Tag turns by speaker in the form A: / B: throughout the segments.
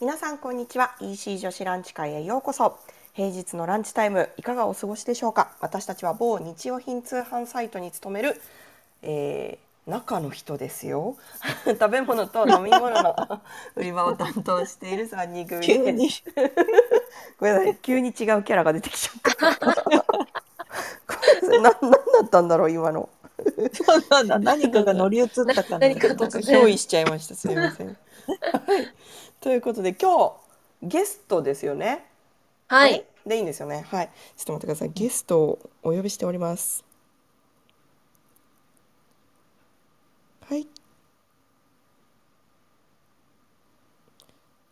A: 皆さんこんにちは EC 女子ランチ会へようこそ平日のランチタイムいかがお過ごしでしょうか私たちは某日用品通販サイトに勤める、えー中の人ですよ 食べ物と飲み物 の売り場を担当している3人組です
B: 急に。
A: ごめんなさい急に違うキャラが出てきちゃった ごめんなさいな何だったんだろう今の
B: そうなんだ。何かが乗り移ったかな。
C: 何かと
A: なんか憑依しちゃいました。 すみません。はい。ということで今日ゲストですよね。
C: はい。。
A: でいいんですよね。はい。ちょっと待ってください。ゲストをお呼びしております。はい。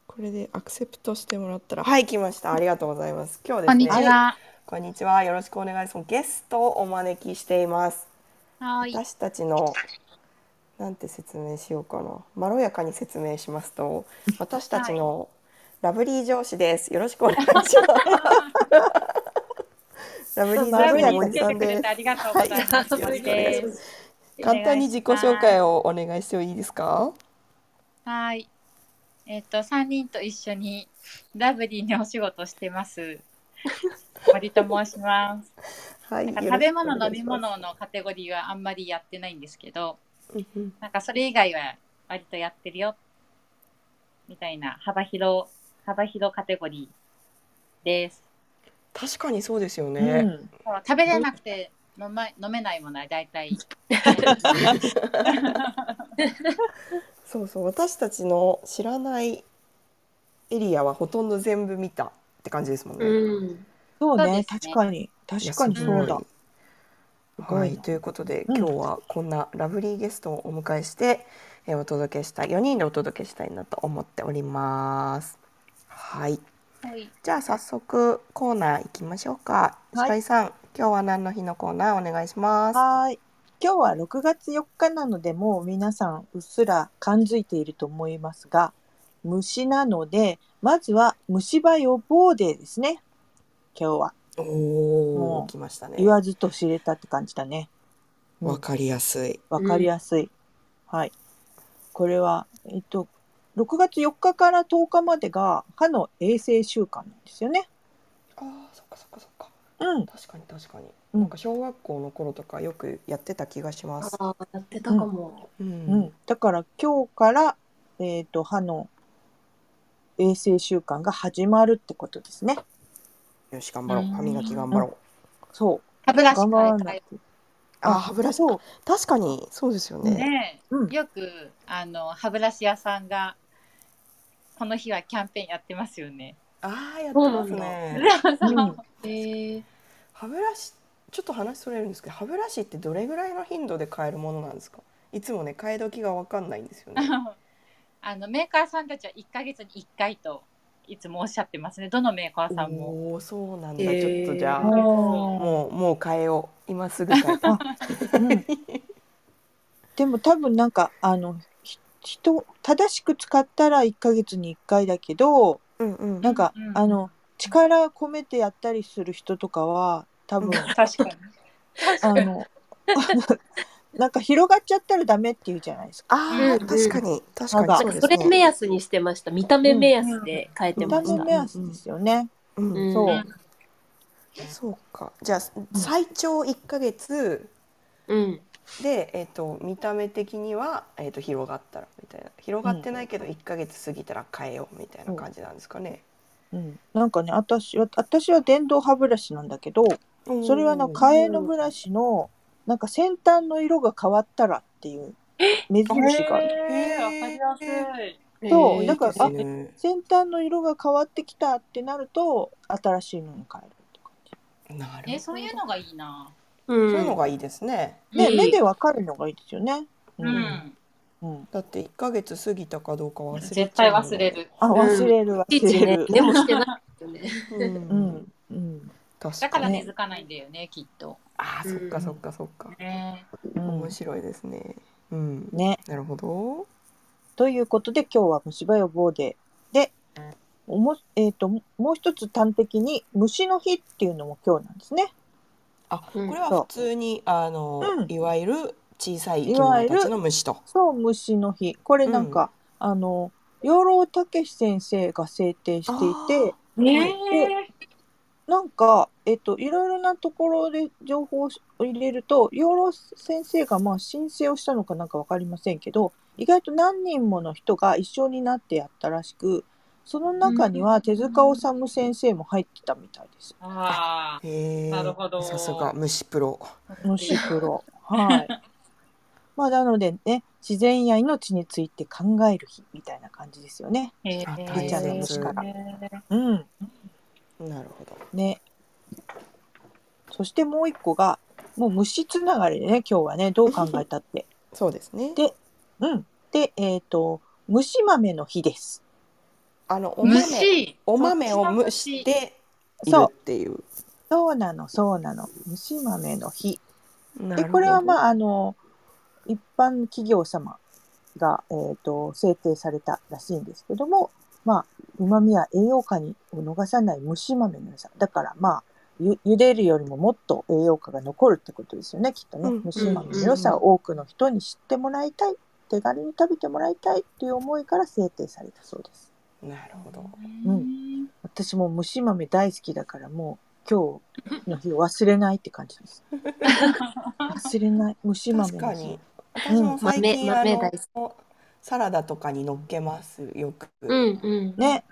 A: これでアクセプトしてもらったら、はい、来ました。ありがとうございます。今日ですね。
D: こんにちは。
A: こんにちは。よろしくお願いします。ゲストをお招きしています。
D: はい。
A: 私たちのなんて説明しようかなまろやかに説明します と私たちのラブリー上司ですよろしくお願いし ますラブリー
B: ラ
A: 上
B: ブ
A: 司
B: リ
A: の
B: ー
A: 森さんです
D: ありがとうございます。
A: はい
D: よろしくお願いします
A: 簡単に自己紹介をお願いしてもいいですか
D: はい。えっ、と三人と一緒にラブリーにお仕事して ます。森と申します。
A: はい
D: なんか食べ物飲み
A: よ
D: 物のカテゴリーはあんまりやってないんですけど、
A: ろしくお願いしますうんうん
D: なんかそれ以外は割とやってるよみたいな幅広幅広カテゴリーです。
A: 確かにそうですよ
B: う
A: ね、
B: ん。
D: そう食べれなくて飲ま飲めないものは大体。
A: そうそう私たちの知らないエリアはほとんど全部見たって感じですもんね、
C: うん。
B: そう
D: そうで
B: ね。
D: すね
B: 確かに。確かにそうだ。
A: は、
B: はいい
A: ということで、
B: うん
A: 今日はこんなラブリーゲストをお迎えして、えーお届けしたい4人でお届けしたいなと思っております。はい、
D: はい。
A: じゃあ早速コーナー行きましょうか。
B: はい
A: 白井さん、今日は何の日のコーナーお願いします。
B: はーい。今日は6月4日なので、もう皆さんうっすら感づいていると思いますが、虫なので、まずは虫歯予防デーですね。今日は。
A: お
B: う
A: お、
B: ん
A: 来ましたね。
B: 言わずと知れたって感じだね。
A: わかりやすい。
B: わかりやすい。はい。これは、えっと、6月4日から10日までが歯の衛生週間なんですよね。
A: ああ、そっかそっかそっか。
B: うん。
A: 確かに確かに。
B: うん
A: なんか小学校の頃とかよくやってた気がします。
C: ああ、やってたかも。
A: う
B: うんん、だから今日から、えっと歯の衛生習慣が始まるってことですね。
A: よし、頑張ろう。
D: うん
A: 歯磨き頑張ろう。
B: そう。
D: 歯ブラシ
B: 頑張
D: 変
B: ら
D: え
B: な
D: た
B: い
D: よ。
A: あー、歯ブラシ。
B: そう。
A: 確かに、そうですよね。
D: ね
B: うん
D: よくあの歯ブラシ屋さんがこの日はキャンペーンやってますよね。
A: ああ、やってます
C: そうな
A: ね。
B: うん、
C: へえ。
A: 歯ブラシちょっと話それるんですけど歯ブラシってどれぐらいの頻度で買えるものなんですかいつもね買い時が分かんないんですよね
D: あのメーカーさんたちは1ヶ月に1回といつもおっしゃってますね。どのメーカーさんも。
A: おおそうなんだ、
C: へー
A: ちょっとじゃあ
C: うん
A: もうもう買えよう今すぐ買えた
B: あうんでも多分なんかあのひ人正しく使ったら1ヶ月に1回だけど
A: うんうん
B: なんか、
D: うん
B: あの力込めてやったりする人とかは多分
D: 確かに。
B: あの なんか広がっちゃったらダメって言うじゃないですか。
A: あー、
C: うん
A: 確かに確
B: ただ
A: か
C: な
A: にそ
C: んか
A: う
C: そ
A: で
C: れ
A: す
C: 目
A: ね
C: 安にしてました。見た目目安で変え
B: 見
C: てま
B: た
C: し
B: 目
C: た。
B: 目安ですよね。
A: うん
C: うん
B: そううん
A: そうかじゃあ最長1ヶ月
C: うん。
A: で、えっと見た目的には、えっと広がったらみたいな広がってないけど1ヶ月過ぎたら変えようみたいな感じなんですかね、
B: うん、なんかね私は私は電動歯ブラシなんだけどそれはあの替えのブラシのなんか先端の色が変わったらっていう目印がある
D: へーわかりやすい。
B: そう
A: えー
B: なんか
A: いいですね
B: 先端の色が変わってきたってなると新しいのに変えるって感
A: なるほど
D: えそういうのがいいな。
C: う
A: そういうの
C: ん。
A: がいいですね。
B: じね
C: いい
B: 目でわかるのがいいですよね
D: う、ん。
B: うん、
A: だって一ヶ月過ぎたかどうか忘れちゃう
D: 絶対忘れ。る。
B: あ忘れる忘
C: いちいち
B: れ る、、
C: ねメモしてないよね。
A: う、
B: うんんうん
A: 確
D: だ
A: か
D: から
A: に。
D: 根付かないんだよね、きっと。
A: ああ、そっ
C: う
A: か
C: ん
A: そっかそっか。
D: ね
B: うん
A: 面、白いですね。うん。
B: ね
A: なるほど。
B: ということで今日は虫歯予防デーでおも,、えー、ともう一つ端的に虫の日っていうのも今日なんですね。
A: あ、こ
C: う
A: れ
C: ん
A: は普通にあの
B: うん
A: いわゆる小さい生き物たちの虫と。
B: そう、虫の日。これなんか、あの、養老孟先生が制定していて、
D: ね
B: なんか、えっと、いろいろなところで情報を入れると、養老先生がまあ申請をしたのかなんかわかりませんけど、意外と何人もの人が一緒になってやったらしく、その中には手塚治虫先生も入ってたみたいです。
D: あ
A: へえ
D: なるほど
A: さすが虫プロ
B: のしプロ。はい。まあ、なのでね、自然や命について考える日みたいな感じですよね。
D: ーへ
A: あ
D: ー
A: 大
B: 切だ
D: へー
B: うん。
A: なるほど
B: ね。そしてもう一個が、もう虫つながりでね、今日はね、どう考えたって。
A: そうですね
B: でうん。で、えっ、と、虫豆の日です。
A: あのお豆
D: 虫
A: お豆を蒸している
B: そう
A: っていう
B: そうなの、そうなの。虫豆の日。
A: なる
B: で、
A: ほど
B: これはまあ、あの、一般企業様が、えっ、と、制定されたらしいんですけども、まあ、旨味や栄養価にを逃さない虫豆の良さ。だから、まあ、ゆ茹でるよりももっと栄養価が残るってことですよね、きっとね。
A: うん
B: 虫豆の良さを多くの人に知ってもらいたい、手軽に食べてもらいたいっていう思いから制定されたそうです。
A: なるほど
D: うん
B: 私も虫豆大好きだからもう今日の日を忘れないって感じです。忘れない虫豆
A: 確
B: の
A: か
B: 日。
A: に私も最近、
C: うん
A: あ
C: 豆豆
A: の
C: 大
A: サラダとかに乗っけますよく、
C: うんうん。
B: ね、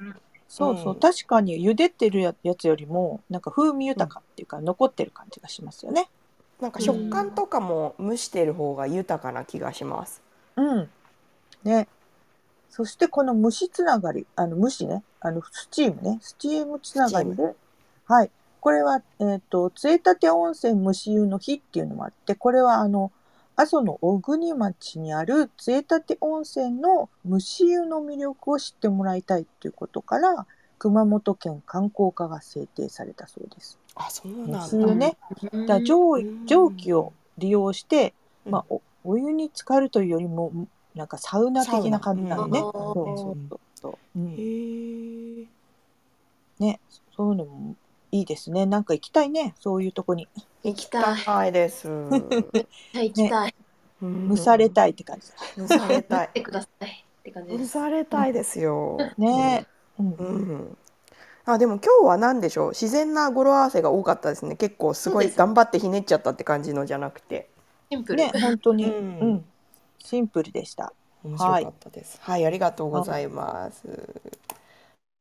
B: そうそう、
A: うん
B: 確かに茹でてるやつよりもなんか風味豊かっていうか、残ってる感じがしますよね。
A: なんか食感とかも蒸してる方が豊かな気がします
B: うん。ね。そしてこの虫つながり、あの虫ね、あのスチームね、スチームつながりで、はい。これは、えっ、と、杖立温泉虫湯の日っていうのもあって、これはあの、阿蘇の小国町にある杖立温泉の虫湯の魅力を知ってもらいたいということから、熊本県観光課が制定されたそうです。
A: あそうなん
B: 虫
A: だ、
B: 湯ね。だから蒸
A: うん
B: 蒸気を利用して、
A: うん
B: まあ、おお湯に浸かるというよりもなんかサウナ的な感じなのね。
A: サ
B: そう
C: ウナうん
B: そうそうそう、う
A: へ
B: ん
A: え
B: ねそういうのもいいですね。なんか行きたいねそういうとこに
C: 行きたい。
A: 高い です、
C: 行きたい。
A: うん
B: 蒸されたいって感じだ
A: 蒸され たい
C: 来てくださいって感じ
A: 蒸
C: です。
A: されたいですよ
B: ね。うん
A: うんあでも今日は何でしょう自然な語呂合わせが多かったですね結構すご
C: そう
A: い
C: です
A: 頑張ってひねっちゃったって感じのじゃなくて
C: シンプル。
B: ね本当に、
A: う
B: うんんシンプルでした。
A: 面白かったですはい、ありがとうございます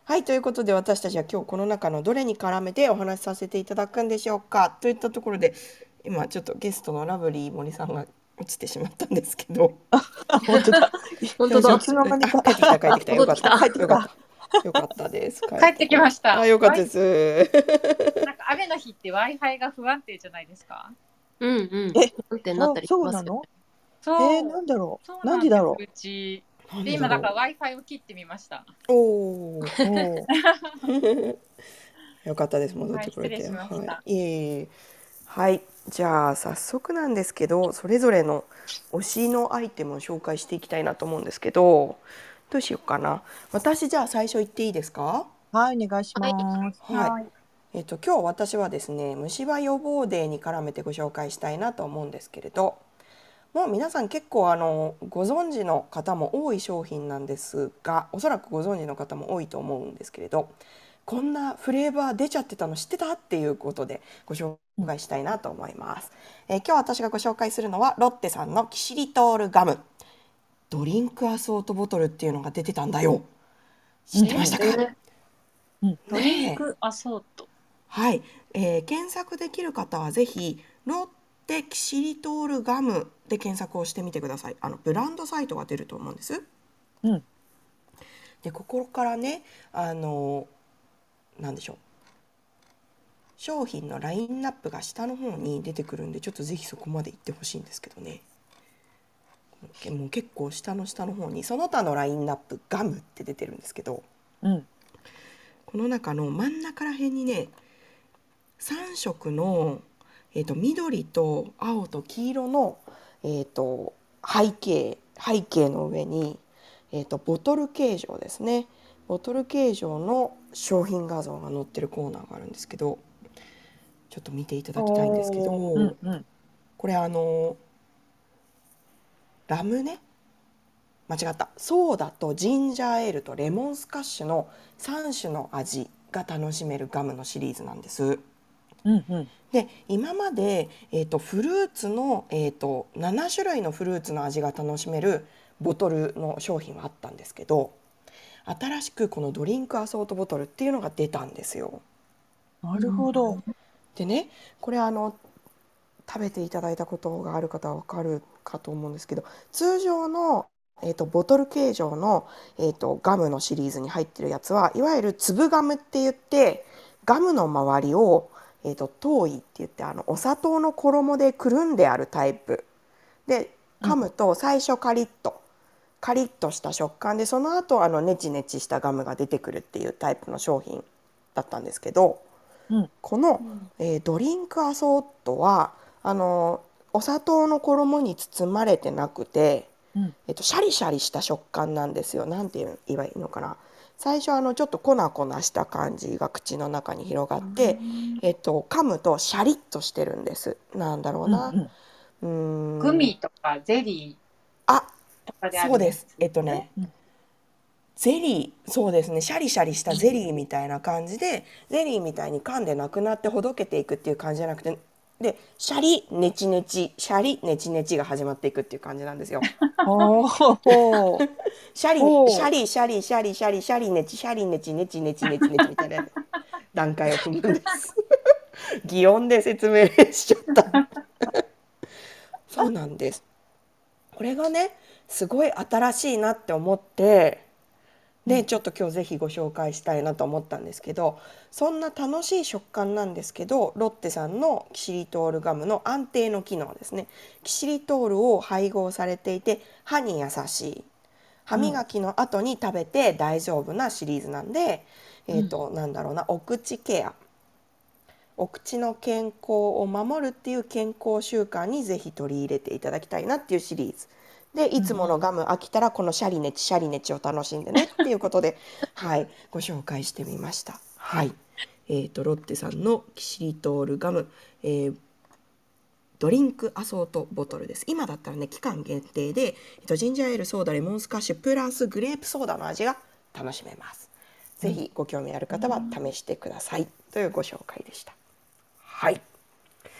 A: はいということで私たちは今日この中のどれに絡めてお話しさせていただくんでしょうかといったところで今ちょっとゲストのラブリー森さんが落ちてしまったんですけど
B: あ本 当だ。
C: 本当だ
B: いつの間に
A: あ
B: か
A: 帰ってきた帰ってきたよかった
B: 戻ってきた
A: よかったよかったです帰
D: 帰ってきました
A: あよかったです
D: なんか雨の日って Wi-Fi が不安定じゃないですか
C: うんうん。
B: え
C: 運転になったりし
B: そう
C: ま
B: な
C: すよ
B: の？え
D: そう
B: ー、なんだろ
D: そう
B: う。なんでだろ
D: うち
A: なん
D: で
A: で
D: 今だ
A: ろう
D: から Wi-Fi を切ってみました
A: おお
B: う。も
A: よかったです戻ってくれて、
D: はい失礼しました
A: い、いえいえはいじゃあ早速なんですけどそれぞれの推しのアイテムを紹介していきたいなと思うんですけどどうしようかな私じゃあ最初言っていいですか
B: うはいお願いします。
A: はい。えっと今日私はですね虫歯予防デーに絡めてご紹介したいなと思うんですけれどもう皆さん結構あのご存知の方も多い商品なんですがおそらくご存知の方も多いと思うんですけれどこんなフレーバー出ちゃってたの知ってたっていうことでご紹介したいなと思います、えー今日私がご紹介するのはロッテさんのキシリトールガムドリンクアソートボトルっていうのが出てたんだよ知ってましたか、
C: ね。
D: ドリンクアソート
A: はい、えー検索できる方はぜひロッテキシリトールガムで検索をしてみてください。あのブランドサイトが出ると思うんです。
B: うん
A: でここからね、あのなんでしょう。商品のラインナップが下の方に出てくるんで、ちょっとぜひそこまで行ってほしいんですけどね。もう結構下の下の方にその他のラインナップガムって出てるんですけど。
B: うん。
A: この中の真ん中ら辺にね3色の、えー、と緑と青と黄色の、えー、と背景背景の上に、えー、とボトル形状ですねボトル形状の商品画像が載ってるコーナーがあるんですけどちょっと見ていただきたいんですけど、
B: うんうん。
A: これあのラムネ間違ったソーダとジンジャーエールとレモンスカッシュの3種の味が楽しめるガムのシリーズなんです。
B: うんうん。
A: で今まで、えー、とフルーツの、えー、と7種類のフルーツの味が楽しめるボトルの商品はあったんですけど新しくこのドリンクアソートボトルっていうのが出たんですよ。
B: なるほど。
A: でねこれあの食べていただいたことがある方は分かるかと思うんですけど通常の、えー、とボトル形状の、えー、とガムのシリーズに入ってるやつはいわゆる粒ガムって言ってガムの周りを、えー、と糖衣って言ってあのお砂糖の衣でくるんであるタイプで噛むと最初カリッと、カリッとした食感でその後あのネチネチしたガムが出てくるっていうタイプの商品だったんですけど、
B: うん
A: この
C: うん
A: えードリンクアソートはあのお砂糖の衣に包まれてなくて、
B: うん
A: えっと、シャリシャリした食感なんですよ。なんて言えばいいのかな最初あのちょっと粉粉した感じが口の中に広がって、えっと、噛むとシャリッとしてるんです。なんだろうな。
B: うん
A: うーん
D: グミとかゼリ
A: あ
D: ーとかである
A: そうです。えっとね
B: うん、
A: ゼリー、そうですね、シャリシャリしたゼリーみたいな感じで、ゼリーみたいに噛んでなくなってほどけていくっていう感じじゃなくて、で、シャリ、ネチネチ、シャリ、ネチネチが始まっていくっていう感じなんですよ。
B: おー
A: シャリ、
B: おー
A: シャリ、シャリ、シャリ、シャリ、シャリ、ネチ、シャリ、ネチ、ネチ、ネチ、ネチ、ネチみたいな 段階を踏むんです。 擬音で説明しちゃっ た。そうなんです。これがね、すごい新しいなって思って、で、ちょっと今日ぜひご紹介したいなと思ったんですけど、そんな楽しい食感なんですけど、ロッテさんのキシリトールガムの安定の機能ですね。キシリトールを配合されていて、歯に優しい。歯磨きの後に食べて大丈夫なシリーズなんで、えっ、と、なんだろうな、お口ケア。お口の健康を守るっていう健康習慣にぜひ取り入れていただきたいなっていうシリーズ。で、いつものガム飽きたらこのシャリネチシャリネチを楽しんでねっていうこと で、はい、ご紹介してみました。はい。えっ、と、ロッテさんのキシリトールガム、えードリンクアソートボトルです。今だったらね、期間限定で、えっと、ジンジャーエール、ソーダ、レモンスカッシュ、プラスグレープソーダの味が楽しめます。ぜひご興味ある方は試してください。というご紹介でした。はい。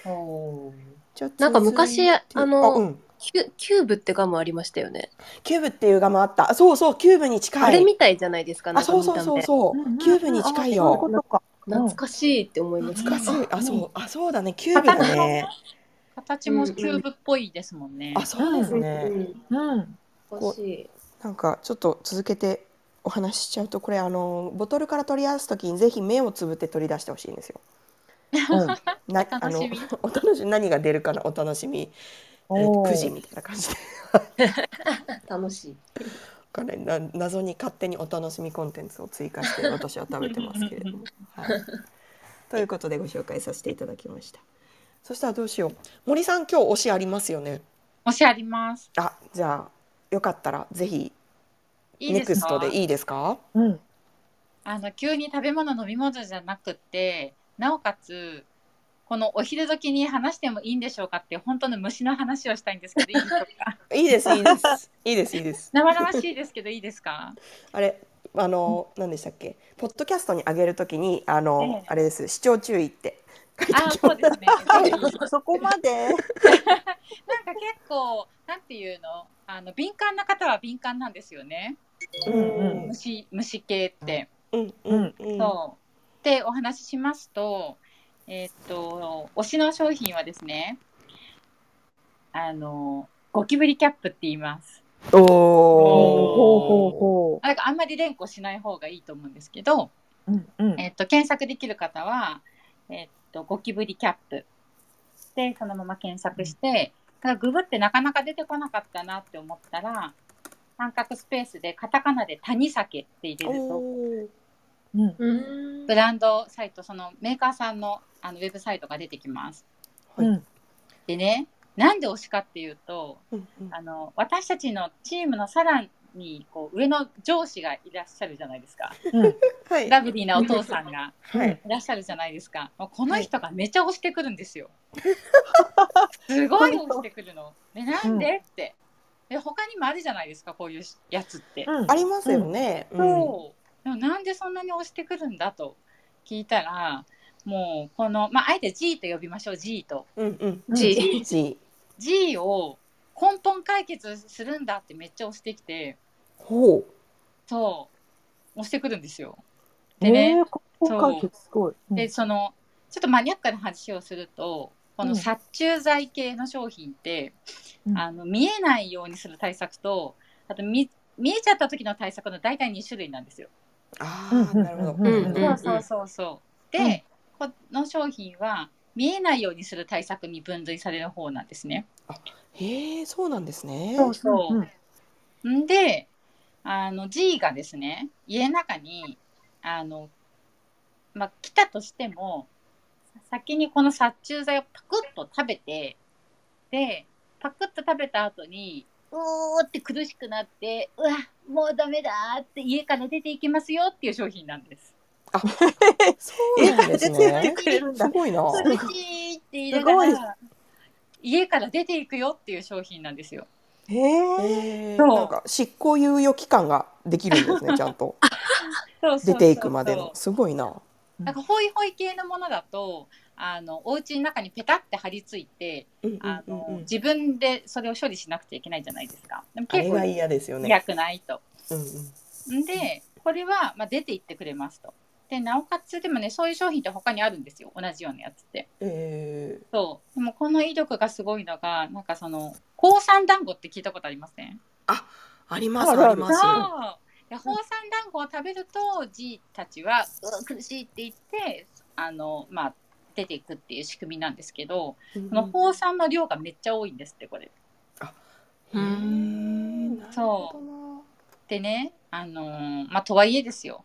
D: おー
A: じゃあ
C: なんか
A: 続い
C: 昔
A: て
C: あの
A: うん、
C: キュキューブってガムありましたよね。
A: キューブっていうガムあった。あそうそう、キューブに近い。
C: あれみたいじゃないですか。な
A: あ、
C: んか
A: そう
C: 見た
A: そ
C: 目
A: うそうそうう。
B: ん
A: キューブに近い
B: そういうこ
A: よ。
B: とか。
C: 懐かしいって思います。
A: 懐かしい。あ、そう、あ、そうだね。キューブだね。
D: 形もキューブっぽいですもんね。
A: あ、そうですね。
C: うん
B: うん。
C: 懐かしい。
A: なんかちょっと続けてお話ししちゃうとこれあのボトルから取り出すときにぜひ目をつぶって取り出してほしいんですよ。な
D: お楽しみ
A: あの お楽しみ何が出るかのお楽しみえ
B: おー
A: 9時みたいな感じで
C: 楽しい。
A: かなりな謎に勝手にお楽しみコンテンツを追加 して私は食べてますけれども。はい、ということでご紹介させていただきました。そしたらどうしよう森さん今日推しありますよね。
D: もしあります。
A: あじゃあよかったらぜひ
D: いい
A: ネ
D: で
A: ク
D: す
A: ス
D: か
A: トでいいですか
B: うん。
D: あの急に食べ物飲み物じゃなくてなおかつこのお昼時に話してもいいんでしょうかって本当の虫の話をしたいんですけどいいでしょうか
A: いいですいいです いいですいいです。
D: 生々しいですけどいいですか
A: あれ、あの、何でしたっけ、ポッドキャストに上げるときに、あの、
D: ええ
A: あれです、視聴注意って。書いて
D: あ
A: き
D: そうですね
B: はい
D: ぜひなんか
B: そこまで。
D: 結構なんていうのあの敏感な方は敏感なんですよね
B: うんうん
D: 虫虫系って。
A: うん、うん、うん、
D: そうでお話ししますと,、えーっと推しの商品はですねあのゴキブリキャップって言います。
A: お
B: ほうほう
A: お。
B: ほ
D: なんかあんまり連呼しない方がいいと思うんですけど、
B: う。うんうん。
D: えっと検索できる方は、えっとゴキブリキャップでそのまま検索して、ただググってなかなか出てこなかったなって思ったら三角スペースでカタカナで「谷酒」って入れると
A: お
B: うん
C: うん
D: ブランドサイトそのメーカーさんのあのウェブサイトが出てきます。
A: はい
B: うん。
D: でねなんで推しかっていうと
A: うんうん
D: あの私たちのチームのさらにこう上の上司がいらっしゃるじゃないですか
B: うん。
A: はい、
D: ラブリーなお父さんが。
A: はい。
D: いらっしゃるじゃないですか。もうこの人がめちゃ押してくるんですよ。すごい押してくるの。で、なんでって。え他にもあるじゃないですかこういうやつって。
B: うん
A: ありますよね。うん
D: そうでもなんでそんなに押してくるんだと聞いたらもうこの、まあ、あえて G と呼びましょう G と。
A: うんうん。
C: G
A: うん G。
D: G を根本解決するんだってめっちゃ押してきて
A: ほ
D: そう押してくるんですよ。
B: え
D: でね
B: ー、根本解決すごい。うん
D: でそのちょっとマニアックな話をするとこ
B: うん
D: の殺虫剤系の商品って、
B: うん
D: あの見えないようにする対策とあと見見えちゃった時の対策の大体2種類なんですよ。
A: う。ああ、
B: うん
A: なるほど。
B: うんうん
A: うん
D: そうそうそうそう。で、この商品は見えないようにする対策に分類される方なんですね。
A: へえ、そうなんですね。
B: そう
D: そう
B: うん
D: んであの G がですね家の中にあの、まあ、来たとしても先にこの殺虫剤をパクッと食べてでパクッと食べた後にうーって苦しくなってうわもうダメだーって家から出ていきますよっていう商品なんです。
A: そうなんです
B: え出てって
A: ね。
B: くれるん
A: す
B: だ。
A: ごいな。
D: 苦
A: う
D: しいって言いなが
B: すご
D: ら家から出ていくよっていう商品なんですよ。
B: へえ。
A: え
D: そう
A: なんか執行猶予期間ができるん ですね、ちゃんと
D: そうそうそうそ
A: 出
D: う
A: ていくまでの。すごいな。
D: なんかホイホイ系のものだとあのお家の中にペタって貼り付いて
A: うん
D: あ
A: うん
D: の、
A: うんうん。
D: 自分でそれを処理しなくちゃいけないじゃないですか。でも
A: あれ
D: 結
A: が
D: 構
A: 嫌ですよね。
D: 嫌くないと。
A: うんうん。
D: んでこれは、まあ、出ていってくれますと。でなおかつでもねそういう商品って他にあるんですよ同じようなやつって。
A: ええ。
D: そうでもこの威力がすごいのがなんかその高山団子って聞いたことありません
A: あります
B: あるある
A: ありま
D: そ
A: す。
D: う。で、宝山団子を食べると、じいたちは、うー苦しいって言って、あの、まあ、出ていくっていう仕組みなんですけど、この宝山の量がめっちゃ多いんですって、これ。
A: うん。
D: そうでね、あのーまあ、とはいえですよ。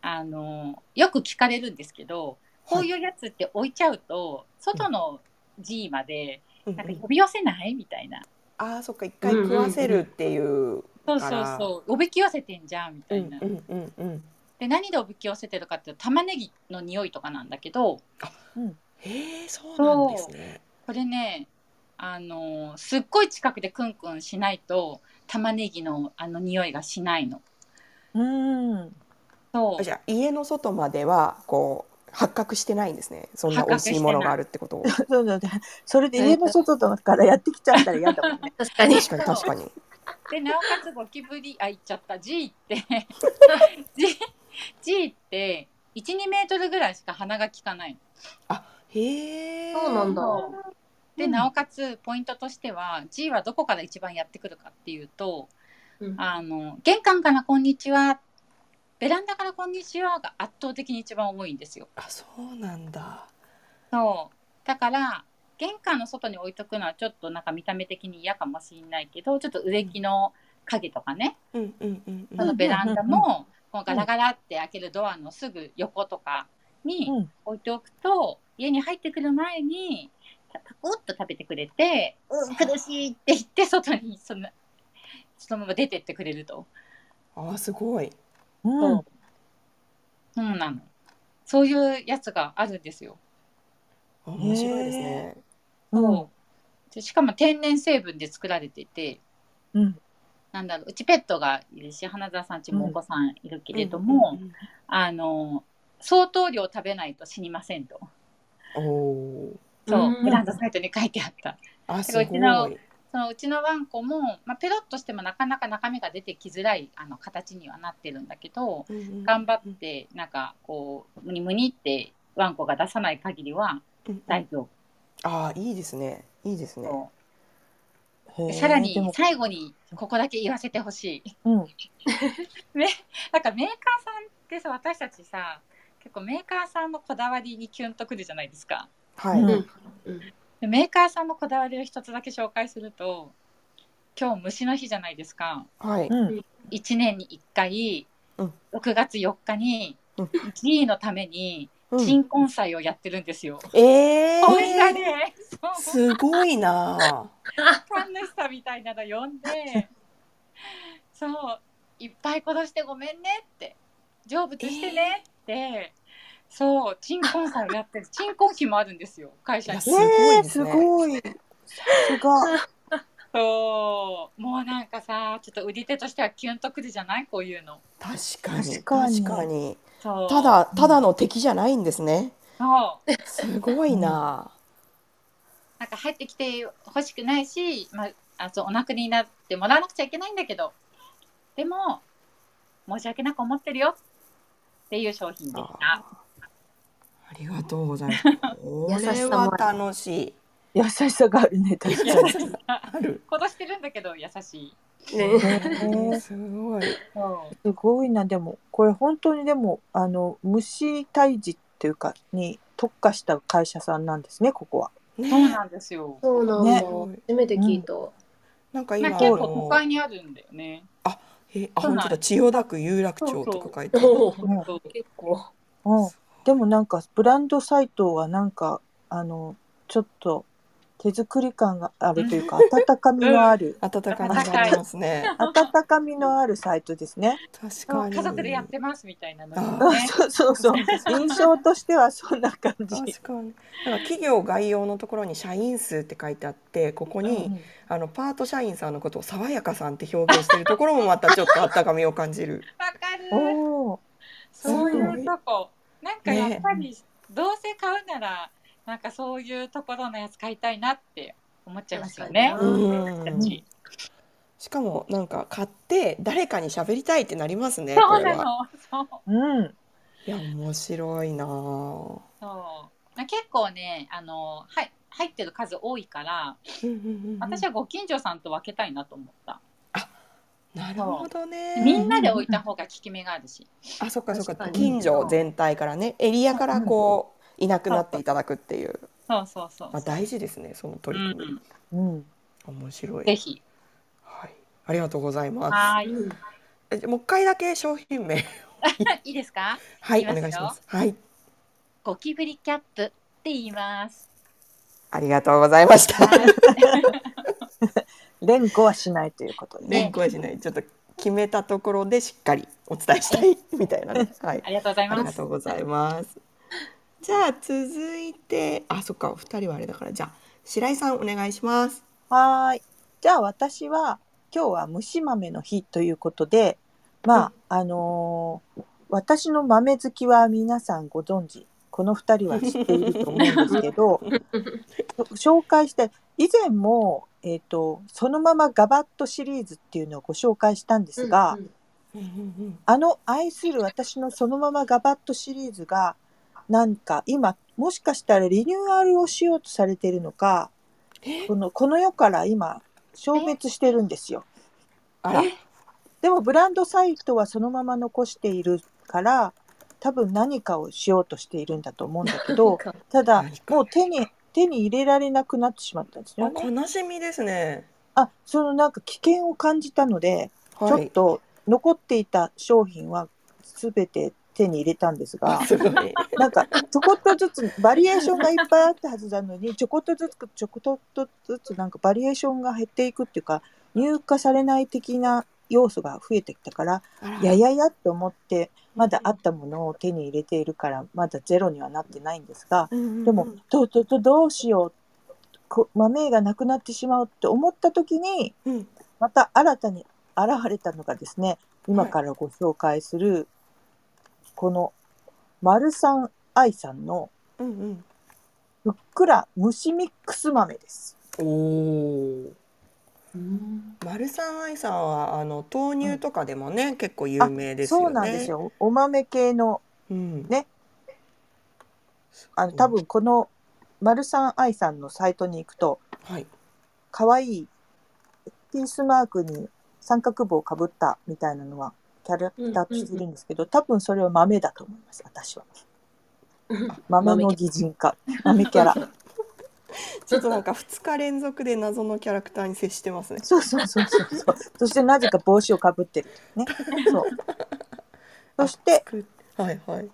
D: あのーよく聞かれるんですけど、こういうやつって置いちゃうと、外の G まで、
A: うん
D: なん
A: う
D: か
A: ん
D: 呼び寄せないみたいな。
A: ああ、そっか、一回食わせるっていう。
D: そう
A: あ
D: そう
A: ら
D: そう、おびき寄せてんじゃん、みた
A: う
D: い
A: ん
D: な
A: う。んうんうん。
D: で、何でおびき寄せてるかっていうと、玉ねぎの匂いとかなんだけど、
A: へえ、そうなんですね。
D: これねあのーすっごい近くでクンクンしないと玉ねぎのあの匂いがしないの。
B: うん。
D: そ
A: あ
D: う
A: じゃあ家の外まではこう発覚してないんですね。そんな美味しいものがあるってこと を。確
B: そうだね。それで家の外とからやってきちゃったら嫌だもんね。
C: 確かに。
A: かに確かに。
D: でなおかつゴキブリあ言っちゃった G って G, G って12メートルぐらいしか鼻が利かない
A: へえ。
C: そうなんだ
D: の。で
B: うん
D: なおかつポイントとしては G はどこから一番やってくるかっていうと
C: うん
D: あの玄関から「こんにちは」ベランダから「こんにちは」が圧倒的に一番多いんですよ。
A: あ、そうなんだ。
D: そうだから玄関の外に置いとくのはちょっとなんか見た目的に嫌かもしれないけどちょっと植木の影とかね、
A: うんうんうんう
D: そ
A: ん。
D: のベランダ
B: うんう
D: もこのガラガラって開けるドアのすぐ横とかに
B: うん
D: 置いておくと、家に入ってくる前にパパコッと食べてくれて「うん苦しい」って言って外にそのそのまま出てってくれると。
A: あー、すごい。
B: うん。
D: そうなのそういうやつがあるんですよ。
A: 面白いですね。
B: うん。
D: でしかも天然成分で作られてて、
B: うん。
D: なんだろううちペットがいるし花澤さんちもお子さんいるけれども、
A: うん
D: あの相当量食べないと死にませんと
A: うんうん。おお。
D: そう、
C: うん
D: ブランドサイトに書いてあった
A: あ、す
D: うちの
A: ごい。
D: そのうちのワンコも、まあ、ペロッとしてもなかなか中身が出てきづらいあの形にはなってるんだけど
A: うんうん
D: 頑張ってなんかこうムニムニってワンコが出さない限りは
A: うんうん
D: 大丈夫
A: あー、いいですね。いいですね。
D: と、
B: へー
D: さら
B: で
D: に
B: も
D: 最後にここだけ言わせてほしい。
B: うん。
D: なんかメーカーさんってさ私たちさ結構メーカーさんのこだわりにキュンとくるじゃないですか
A: はい。
B: うん
A: うん
D: でメーカーさんのこだわりを一つだけ紹介すると今日虫の日じゃないですか
A: はい。
B: うん。
D: 1年に1回、
A: うん
D: 6月4日に、
A: うん
D: G のために
A: うん
D: 鎮魂祭をやってるんですよ、
A: ええ
D: これがねそう
A: すごいな。
D: 神主さんみたいなの呼ん でそういっぱい殺してごめんねって成仏してねって、そう鎮魂祭を やってる鎮魂碑もあるんですよ会社に
A: い
B: え
A: やすごい
B: ー
A: です
B: す
A: ね
B: ごい。さすが。
D: そうもうなんかさちょっと売り手としてはキュンとくるじゃないこういうの
A: 確かに
B: 確かに
A: 確かに
D: そう
A: ただただの敵じゃないんですね
D: そう
A: すごいな、
D: なんか入ってきてほしくないし、まあ、あそうお亡くなりになってもらわなくちゃいけないんだけどでも申し訳なく思ってるよっていう商品でした。
A: ありがとうございますこ
C: 優し
A: れ
C: さも
A: は楽しい
B: 優しさがあるね、確か
D: 優
B: に。
D: しさ
A: ある
D: 殺してるんだけど優しい。
C: ね、
B: ね
A: すごい
D: そう
B: すごいな、でも、これ本当にでも、あの、虫退治っていうか、に特化した会社さんなんですね、ここは。
D: そう
A: ね
D: なんですよ。
C: そうなんだ、
B: ね
C: 初めて聞いた、
A: なんか
D: まあ、
A: 今
D: 結構
A: あの
D: 都会にあるんだよね。
A: えあ
D: そう
A: 本
D: な
A: 当
D: ん
A: だ千代田区有楽町とか書いてある
C: おー
B: うん
D: そう
C: 結構
B: うん、でもなんかブランドサイトはなんかあのちょっと手作り感があるというか温かみのあ る、
A: 温かみがありますね
B: 温かみのあるサイトですね。
A: 確
D: そ
A: か
D: う
A: に
D: 家族でやってますみたいなの
B: う
D: も
B: ん
D: ね。
B: そうそう そう印象としてはそんな感 じ。
A: 確かになんか企業概要のところに社員数って書いてあってここに、
B: うん
A: あのパート社員さんのことを爽やかさんって表現してるところもまたちょっとあったかみを感じる
D: わかる。
B: おー
D: そういう
A: す
D: とこ。なんかやっぱり、どうせ買うなら、なんかそういうところのやつ買いたいなって思っちゃいますよね。
C: ごい
A: うん
D: 私
A: しかもなんか買って誰かに喋りたいってなりますね
D: そ
A: こ
D: う
A: れ
D: な
A: は
D: の。そう。
B: うん
A: いや面白いなぁ
D: そう。まあ結構ね、あの、はい、入ってる数多いから、私
A: は
D: はご近所さんと分けたいなと思った。
A: なるほどね
D: みんなで置いた方が効き目があるし。
A: あそっかそっ
C: 確
A: か
C: かに
A: 近所全体からねエリアからこういなくなっていただくっていう、
D: そうそうそう
A: まあ、。大事ですねその取り組み、
D: うん
B: うん
A: 面白い
D: ぜひ。
A: はい、ありがとうございま
D: はーい。
A: すえじゃあもう一回だけ商品名
D: いいですか
A: はい
D: いき
A: お
D: ますよ
A: 願いしますはい
D: ゴキブリキャップって言います。
A: ありがとうございました
B: 連呼はしないということでね。
A: 連行はしないちょっと決めたところでしっかりお伝えしたいみたいなねはい
D: ありがとうござい
A: あり
D: ま
A: が
D: す。
A: とうございますじゃあ続いてあそっかお二人はあれだからじゃあ白井さんお願いします
B: はーい。じゃあ私は今日は蒸し豆の日ということで、まあ、あのー私の豆好きは皆さんご存知、この二人は知っていると思うんですけ ど、紹介して、以前も、えっ、と、そのままガバッとシリーズっていうのをご紹介したんですが、
C: うん
B: あの愛する私のそのままガバッとシリーズが、なんか今、もしかしたらリニューアルをしようとされているのか、
A: え
B: このこの世から今、消滅してるんですよ。
A: あら
B: でもブランドサイトはそのまま残しているから、多分何かをしようとしているんだと思うんだけ
C: ど
B: ど、
C: うか
B: ただ
A: 何、か
B: もう手に、手に入れられなくなってしまったんですよ
A: あ
B: ね。
A: 悲しみですね
B: あ、そのなんか危険を感じたので、ち
A: は
B: ょっ
A: い
B: と残っていた商品は全て手に入れたんですが、
A: すごい
B: なんかちょこっとずつバリエーションがいっぱいあったはずなの にちょこっとずつちょこっとずつなんかバリエーションが減っていくっていうか入荷されない的な要素が増えてきたから
A: あら
B: やややと思ってまだあったものを手に入れているからまだゼロにはなってないんですがでもどうどうどうどうしようこ豆がなくなってしまうって思った時に
A: うん
B: また新たに現れたのがですね今からご紹介するこの丸さん愛さんの
A: うんうん
B: ふっくら蒸しミックス豆です。
A: おお
C: うん
A: 丸さん愛さんはあの豆乳とかでもね、結構有名ですよね
B: そうなんですよ。お豆系の
A: うん
B: ねあの多分この丸さん愛さんのサイトに行くと
A: はい
B: 可愛いピースマークに三角棒をかぶったみたいなのはキャラクターとしてるんですけど、多分それは豆だと思います私は。豆の擬人化豆キャラ。
A: ちょっとなんか2日連続で謎のキャラクターに接してますね
B: そうそうそうそうそう。そしてなぜか帽子をかぶってるね。そう。そして
A: くはいはい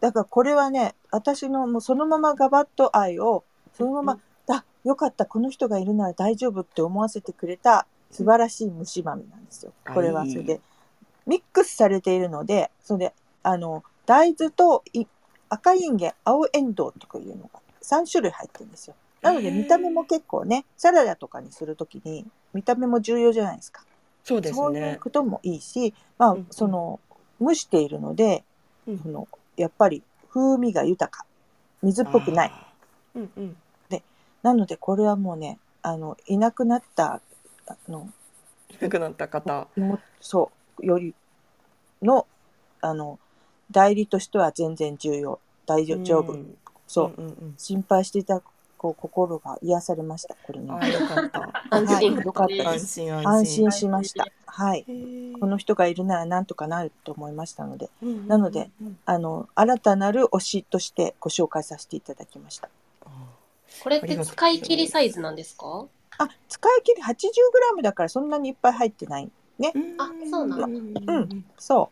B: だからこれはね、私のもうそのままガバッと愛をそのまま、あよかったこの人がいるなら大丈夫って思わせてくれた素晴らしい虫豆なんですよ。これはそれ
A: は
B: でミックスされているので、それであの大豆とい赤いんげん、青エンドウとかいうのが三種類入ってるんですよ。なので見た目も結構ねサラダとかにするときに見た目も重要じゃないですか
A: そうです
B: そういう
A: ね。
B: こともいいし、まあ
A: うんうん
B: その蒸しているので
A: うん
B: そのやっぱり風味が豊か水っぽくない。
A: うんうん。
B: なのでこれはもうねあのいなくなったあの
A: 亡くなった方。
B: もそうよりのあの代理としては全然重要大丈夫、
A: うん
B: そう、
A: うんうん
B: 心配していたこう心が癒されましたこれ
A: う
B: ね
A: ん。ああ、よか った。
C: 安
B: はい、
C: 心
B: よかったで
A: 安
B: す
A: 心安
B: 安
A: 心。
B: 心しましたはいこの人がいるならなんとかなると思いましたので
A: の
B: なので。あの新たなる推しとしてご紹介させていただきました
C: これって使い切りサイズなんですか
B: あ使い切り 80g だからそんなにいっぱい入ってない
C: あそうなんだ
A: う
B: うそ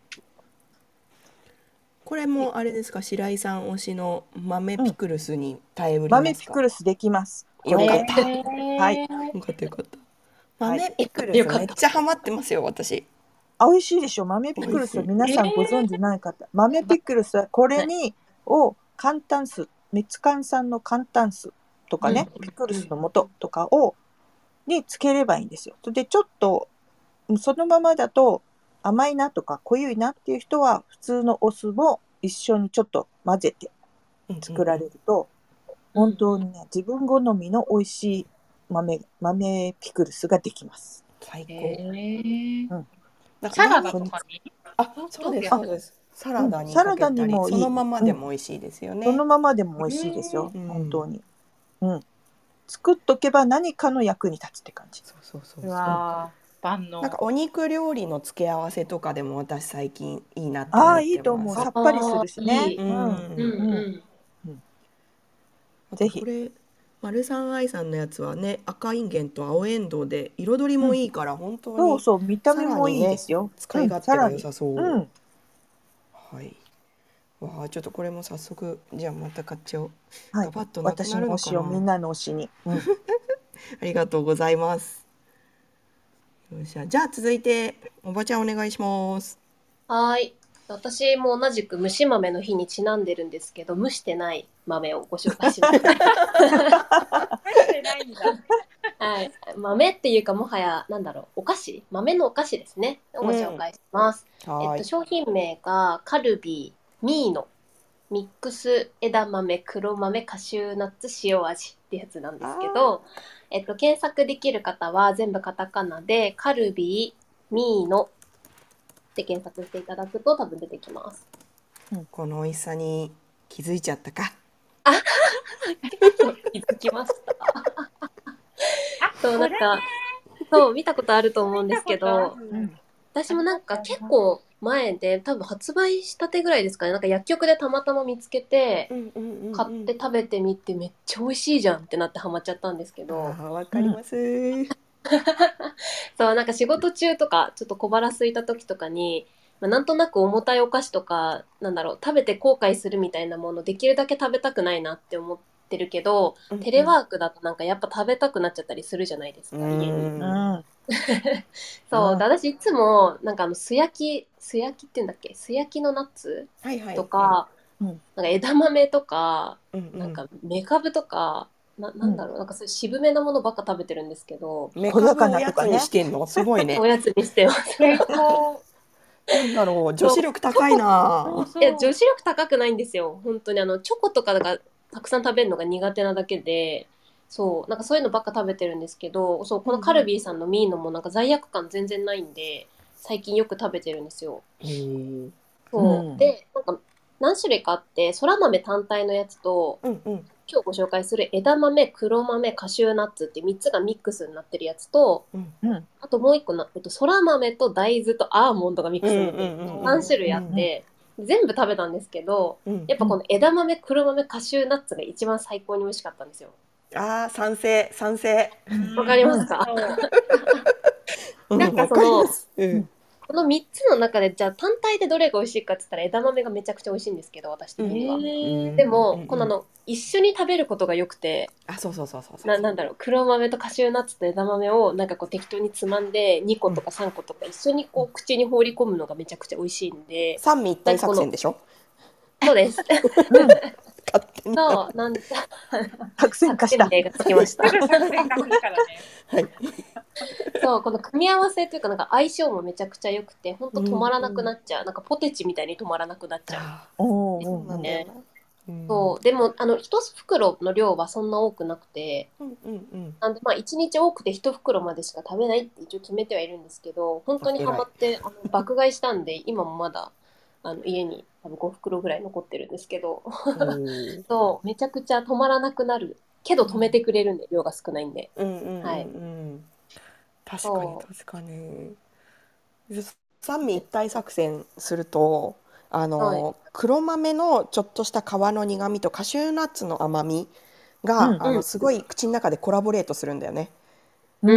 A: これもあれですか、白井さん推しの豆ピクルスに耐えう
B: う
A: りま
B: 豆
A: す
B: ピ
A: か。
B: クルスできます
A: よかった
D: えー
B: は
A: よかったよかった。
B: はい
A: 豆ピクル
C: よ
A: ス
C: かった
A: めっちゃハマってますよ、私。
B: あ美味しいでしょ豆ピクルス
A: 美味しい
B: 皆さんご存知ない方、豆ピクルスはこれにを簡単酢ミツカン酸の簡単酢とかね、
A: うん
B: ピクルスの素とかをにつければいいんですよでちょっとうんそのままだと甘いなとか濃ゆいなっていう人は普通のお酢も一緒にちょっと混ぜて作られると、本当にね自分好みの美味しい豆豆ピクルスができます
A: 最
D: え
A: 高。
D: ー
A: だか
D: サ
A: ら
D: ラダとかに
A: あ、そうです。
C: あ
A: そうです。サラダに
B: サ
A: か
B: ラ
A: けた
B: ダ
A: り。
B: にもいい
A: そのままでも美味しいですよね。
B: そのままでも美味しいですよ、
A: うん
B: 本当に。うん。作っとけば何かの役に立つって感じ。
A: そうそうそうそうう。
D: わー万能
A: なんかお肉料理の付け合わせとかでも私最近いいなって思ってます。
B: ああ、いいと思う。さっぱりするし
C: あー
B: ね
C: い。い
B: うん。
C: うんうん
A: あと
B: ぜひ
A: これ丸さん愛さんのやつはね赤いんげんと青えんどうで彩りもいいから本当
B: そ
A: に
B: うそう、見た目もいいですよ。
A: 使い勝手
B: うんさら
A: が良
B: に
A: さそう、
B: うん。
A: はいわあちょっとこれも早速じゃあまた買っちゃおう
B: は
A: ガ
B: い
A: バッと。なく
B: 私
A: なる
B: の
A: の
B: 推
A: か
B: し
A: な
B: をみんなの推しに。うん
A: ありがとうございますよっしゃじゃあ続いておばちゃんお願いします
C: はーい私も同じく蒸し豆の日にちなんでるんですけど蒸してない豆をご紹介します
D: 入ってないんだ。
C: はい豆っていうかもはやなんだろうお菓子豆のお菓子ですねをご紹介します、え
A: は
C: っ
A: い
C: と、商品名がカルビーミーノミックス枝豆黒豆カシューナッツ塩味ってやつなんですけど、えっと、検索できる方は全部カタカナでカルビーミーノって検索していただくと多分出てきます。
A: この美味しさに気づいちゃったか
C: 気づきました。 そうなんかそう見たことあると思うんですけど。
D: うん
C: 私もなんか結構前で多分発売したてぐらいですかねなんか薬局でたまたま見つけて買って食べてみてめっちゃ美味しいじゃんってなってハマっちゃったんですけ
A: あ
C: ど
A: ーわかります、
C: そうなんか仕事中とかちょっと小腹空いた時とかに、まあ、なんとなく重たいお菓子とかなんだろう食べて後悔するみたいなものできるだけ食べたくないなって思ってるけどテレワークだとなんかやっぱ食べたくなっちゃったりするじゃないですか家に。
B: うん。
A: うん
B: は
C: そう
B: うん
C: で私いつもなんかあの素焼き素焼きって言うんだっけ素焼きのナッツ
A: はいはい
C: とか、
B: うん
C: なんか枝豆とか、
A: うん
C: なんかメカブとか、ななんだろう、なんかそういう渋めなものばっか食べてるんですけど、
A: メ
B: 小
A: カブ
B: 魚
A: をや
B: と
A: つ
B: かね
A: にしてんのすごいね
C: おやつにしてます。
D: 健康。
A: なんだろう女子力高いな
C: え女子力高くないんですよ。本当にあのチョコとかがたくさん食べるのが苦手なだけで、そうなんかそういうのばっか食べてるんですけど、そうこのカルビーさんのミーノもなんか罪悪感全然ないんで、最近よく食べてるんですよ。
A: うん
C: そう、
B: うん
C: でなんか何種類かあって、そら豆単体のやつと
A: うんうん
C: 今日ご紹介する枝豆、黒豆、カシューナッツって3つがミックスになってるやつと、
A: うん
B: うん
C: あともう1個な、えっと、そら豆と大豆とアーモンドがミックスになって
A: うんうんうんうん
C: る3種類あって、全部食べたんですけど
A: うん
C: やっぱこの枝豆、黒豆、カシューナッツが一番最高に美味しかったんですよ。
A: あー賛成賛成
C: わかりますか
D: そう
C: なんかその
A: うんわりますうん
C: この3つの中でじゃあ単体でどれが美味しいかって言ったら枝豆がめちゃくちゃ美味しいんですけど私的には。
A: うん
C: で
A: うんう
C: も
A: ん
C: このあの一緒に食べることが良くて
A: あそうそうそうそうそう
C: ななんだろう黒豆とカシューナッツと枝豆をなんかこう適当につまんで2個とか3個とか一緒にこう口に放り込むのがめちゃくちゃ美味しいんで
A: 三位一体作戦でしょ
C: そうです
B: うん
A: 勝手に。は
C: そう、なん
B: 作戦化した。
C: 例がつきました
D: す。ぐ作戦が来るから ね。
A: い。
C: そう、この組み合わせというか、なんか相性もめちゃくちゃ良くて、本当止まらなくなっちゃう、なんかポテチみたいに止まらなくなっちゃう。
A: あ
B: お
A: ーそう
B: ー
A: な
B: お
A: ん
B: ー
A: だよな。うん
C: そう、でも、あの、一袋の量はそんな多くなくて。
A: うんうんうん。
C: なんでまあ1日多くて1袋までしか食べないって一応決めてはいるんですけど本当にハマってあの爆買いしたんで今もまだあの家に多分5袋ぐらい残ってるんですけど
A: おー
C: そうめちゃくちゃ止まらなくなるけど止めてくれるんで量が少ないんで
A: うんうんうん
C: はい
A: うん。確か
C: そ
A: に
C: う
A: 確かに。で三位一体作戦すると、あの、
C: は
A: 黒豆のちょっとした皮の苦みとカシューナッツの甘みが、
B: うん
A: あ
C: う
A: の
C: ん
A: すごい口の中でコラボレートするんだよね。
C: うん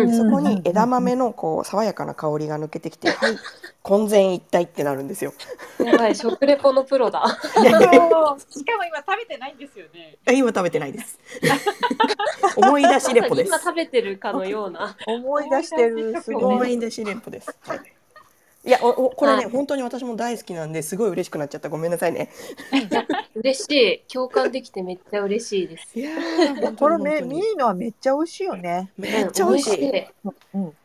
A: でそこに枝豆のこう爽やかな香りが抜けてき て、はい、混然一体ってなるんですよ。
C: やばい食レポのプロ だ
D: しかも今食べてないんですよね。
A: え今食べてない です。思い出しレポです
C: 今。食べてるかのような
B: 思い出してるすご
A: 思
B: い。
A: い出しレポです。はい。いや、お、お、これね、
C: はい
A: 本当に私も大好きなんで、すごい嬉しくなっちゃった。ごめんなさいね。
C: 嬉しい共感できてめっちゃ嬉しいです
A: いやー、本
B: こ
A: 当
B: れ
A: に
B: ね
A: 本当
B: ミ
A: に。
B: ーのはめっちゃ美味しいよね。
A: めっちゃ美味しい。
C: うん
A: い
C: 美
B: うん。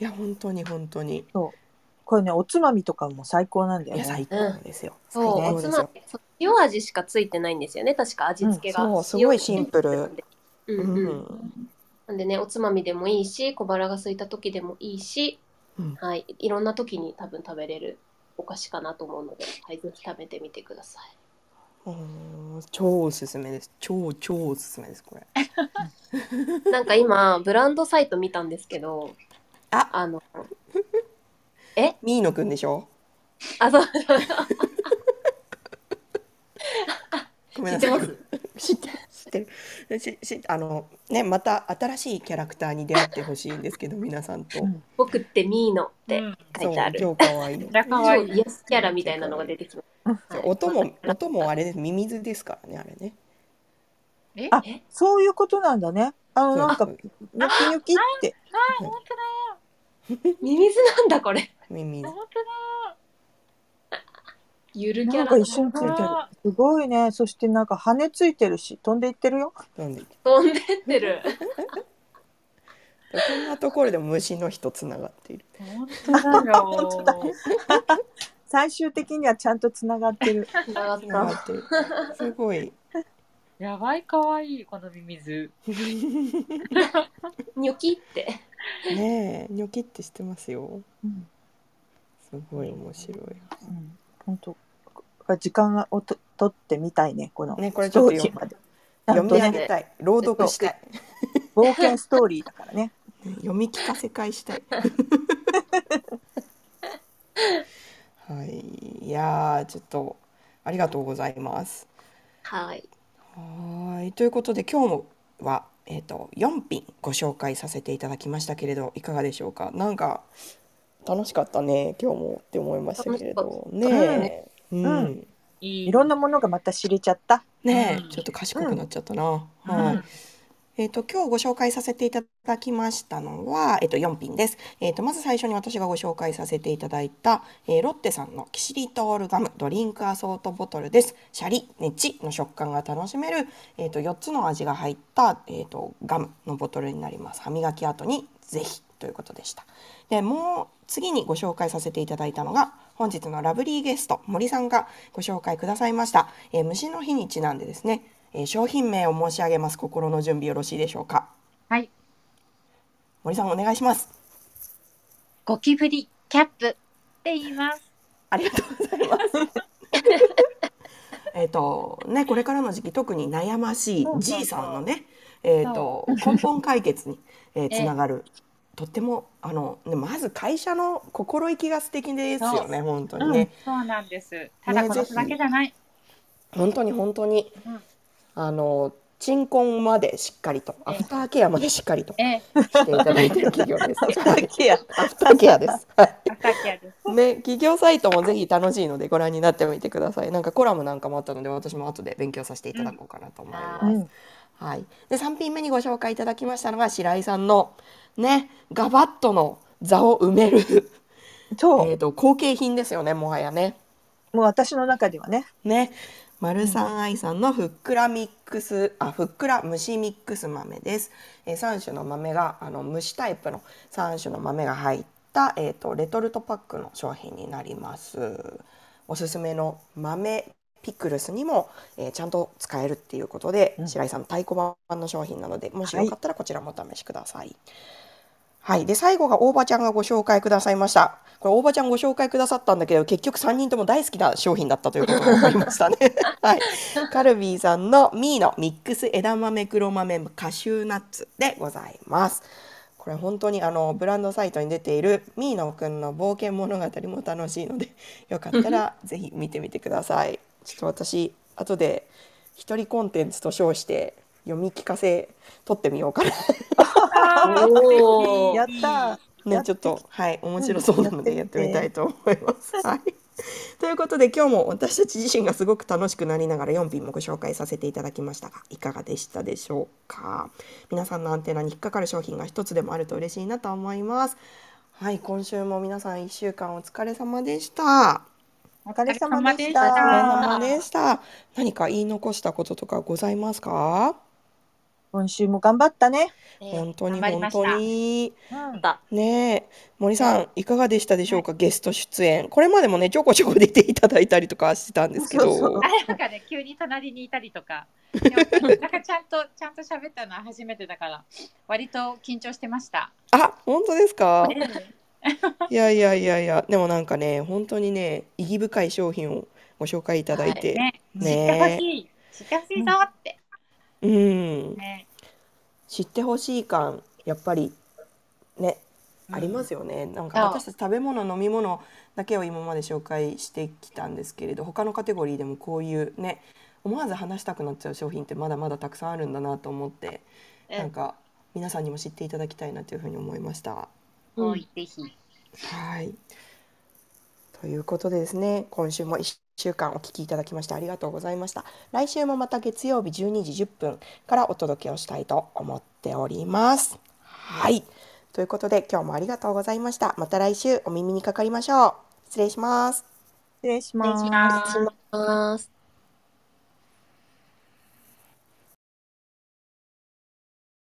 A: や、本当に、本当に。
B: これねおつまみとかも最高なんだよ
A: いや、
B: ね。
A: 最高なんですよ。最
C: そう
A: 高
C: お
A: です
C: つま
A: よ。
C: みそう塩味しかついてないんですよね確か味付けが、
A: うんそうすごいシンプル
C: 塩味うん
A: う
C: うん
A: ん。
C: なんでね、おつまみでもいいし、小腹が空いた時でもいいし、
A: うん
C: はい、いろんな時に多分食べれるお菓子かなと思うので、はい、ぜひ食べてみてくださ い。
A: うん超おすすめです。超超おすすめです。これ。
C: なんか今、ブランドサイト見たんですけど、
A: あ
C: あの、
A: ミーノくんでしょ
C: あ、そう、
A: ごめん
C: 知っ
A: なさい。
C: てま
A: 知
C: す。
A: ってる知ってるししあのねまた新しいキャラクターに出会ってほしいんですけど皆さんと、
B: うん
C: 僕ってミーノっ
D: う
C: て
D: ん
C: 書いてある。
A: そう超可愛い
D: めっちゃ可
C: 超
D: 愛い。
C: 癒しキャラみたいなのが出てきました。はい
A: 音も音もあれですミミズですからねあれね
D: え
B: あ
C: え
B: そういうことなんだね。あのなんか
A: そう
B: ニョキニョキって。
D: あ、本当だ。
C: ミミズなんだ、これ。
A: ミミズ
D: 本当だ。
C: ゆるキ
B: なん
C: ャラ
B: か。一緒についてる。
D: あ
B: すごいね。そしてなんか羽ついてるし飛んでいってるよ。
A: なんでこ
C: 飛んでっ てる。
A: んなところでも虫の人つながっている
D: 本当だよ。
B: 最終的にはちゃんとつながって る。
C: つながっ
A: つなが
C: た。
A: っているすごい
D: やばい可愛いこのミミズ。
C: ニョキって。
A: ねえニョキってしてますよ
B: うん
A: すごい面白
B: うん本当。時間をと取ってみたいねこの
A: いねこれ
B: ス
A: ちょっ
B: トー
A: と
B: リ
A: 読
B: ー
A: む
B: まで。
A: 読
B: なん
A: み
B: と
A: 上
B: ね
A: げたい朗読したい
B: 冒険ストーリーだから ね。
A: 読み聞かせ会したい。はい、いやーちょっとありがとうございます。
C: はい。
A: はーい、ということで今日はえっ、と4品ご紹介させていただきましたけれどいかがでしょうか。なんか楽しかったね今日もって思いましたけれど
C: 楽しかったです
A: ねえ、うん、
B: うん
D: い
B: いろん
D: な。
B: なものがまた知れちゃった。
A: ね
D: うん
A: えちょっと賢くなっちゃったな。
D: うん
A: はい。えっと、今日ご紹介させていただきましたのは、えっと、4品です。えっと、まず最初に私がご紹介させていただいた、えーロッテさんのキシリトールガムドリンクアソートボトルです。シャリ、ネチの食感が楽しめる、えっと、4つの味が入った、えっと、ガムのボトルになります。歯磨き後にぜひということでした。で、もう次にご紹介させていただいたのが、本日のラブリーゲスト、森さんがご紹介くださいました、えー虫の日にちなんでですね、えー商品名を申し上げます心の準備よろしいでしょうか
D: はい。
A: 森さんお願いします
D: ゴキブリキャップって言います。
A: ありがとうござい ますえっとねこれからの時期特に悩ましい
B: そうそうそう
A: G さんのねえっ、と根本解決に、 えーつながるとってもあの、ね、まず会社の心意気が素敵ですよね本当にね、
D: そうなんです。ただ殺すだけじゃない。
A: 本当に本当に、
D: うん
A: あの鎮魂までしっかりとア
D: ええ
A: フターケアまでしっかりと
D: ええ、
A: していただいてる企業 です
B: ケア。
A: アフターケアですはい
D: アタキアです。
A: ね、企業サイトもぜひ楽しいのでご覧になってみてください。なんかコラムなんかもあったので私も後で勉強させていただこうかなと思います。
B: う。
D: うん
A: はい、で3品目にご紹介いただきましたのが白井さんのねガバッとの座を埋める、
B: そう。
A: えー、と後継品ですよねもはやね。
B: もう私の中ではね。
A: ね丸三愛さんのふっくらミックスあふっくら蒸しミックス豆です。えー、3種の豆があの蒸しタイプの3種の豆が入ったえっ、とレトルトパックの商品になります。おすすめの豆ピクルスにも、えーちゃんと使えるっていうことで、
B: うん
A: 白井さん太鼓判の商品なのでもし
B: はい
A: よかったらこちらもお試しください。はい、で最後が大場ちゃんがご紹介くださいました。これ大場ちゃんご紹介くださったんだけど結局3人とも大好きな商品だったということが分かりました ね。はい、カルビーさんのミーのミックス枝豆黒豆カシューナッツでございます。これ本当にあのブランドサイトに出ているミーノくんの冒険物語も楽しいのでよかったらぜひ見てみてください。ちょっと私後で一人コンテンツと称して読み聞かせ撮ってみようかな。
C: おー
B: やったや
A: ね、
B: って
A: ちょ
B: き
A: っと、はい、面白そうなので
B: や
A: や
B: っ
A: ってて
B: み
A: み
B: て
A: たいと思います。はい。ということで、今日も私たち自身がすごく楽しくなりながら4品もご紹介させていただきましたが、いかがでしたでしょうか。皆さんのアンテナに引っかかる商品が一つでもあると嬉しいなと思います。はい、今週も皆さん1週間お疲れ様でした。
B: お疲れ様で
A: お疲れ
B: した。
A: 様でした。何か言い残したこととかございますか？
B: 今週も頑張ったね。
A: 本当に
D: 頑張り
A: 本
D: ました
A: 当に。
B: うん
A: ねえ森さんいかがでしたでしょうか、ゲスト出演これまでもねちょこちょこ出ていただいたりとかしてたんですけど
B: そうそう
D: あれなんかね、急に隣にいたりとか、でもなんかちゃんと、ちゃんと喋ったのは初めてだから、割と緊張してました。
A: あ本当ですかいやいやいやいやでもなんかね本当にね意義深い商品をご紹介いただいて、
D: ね、知ってほ
A: ね
D: しい、知ってほしいぞって、
A: うん
D: ね、
A: 知ってほしい感やっぱりねありますよね、なんか
D: そう
A: 私たち食べ物飲み物だけを今まで紹介してきたんですけれど他のカテゴリーでもこういうね思わず話したくなっちゃう商品ってまだまだたくさんあるんだなと思って
C: うん
A: なんか皆さんにも知っていただきたいなというふうに思いました。
C: うん
D: はい、ぜひ。
A: はいということでですね今週も1週間お聞きいただきましてありがとうございました来週もまた月曜日12時10分からお届けをしたいと思っておりますはいということで今日もありがとうございましたまた来週お耳にかかりましょう失礼します
B: 失礼し
C: お願いし
B: ます。
C: ます。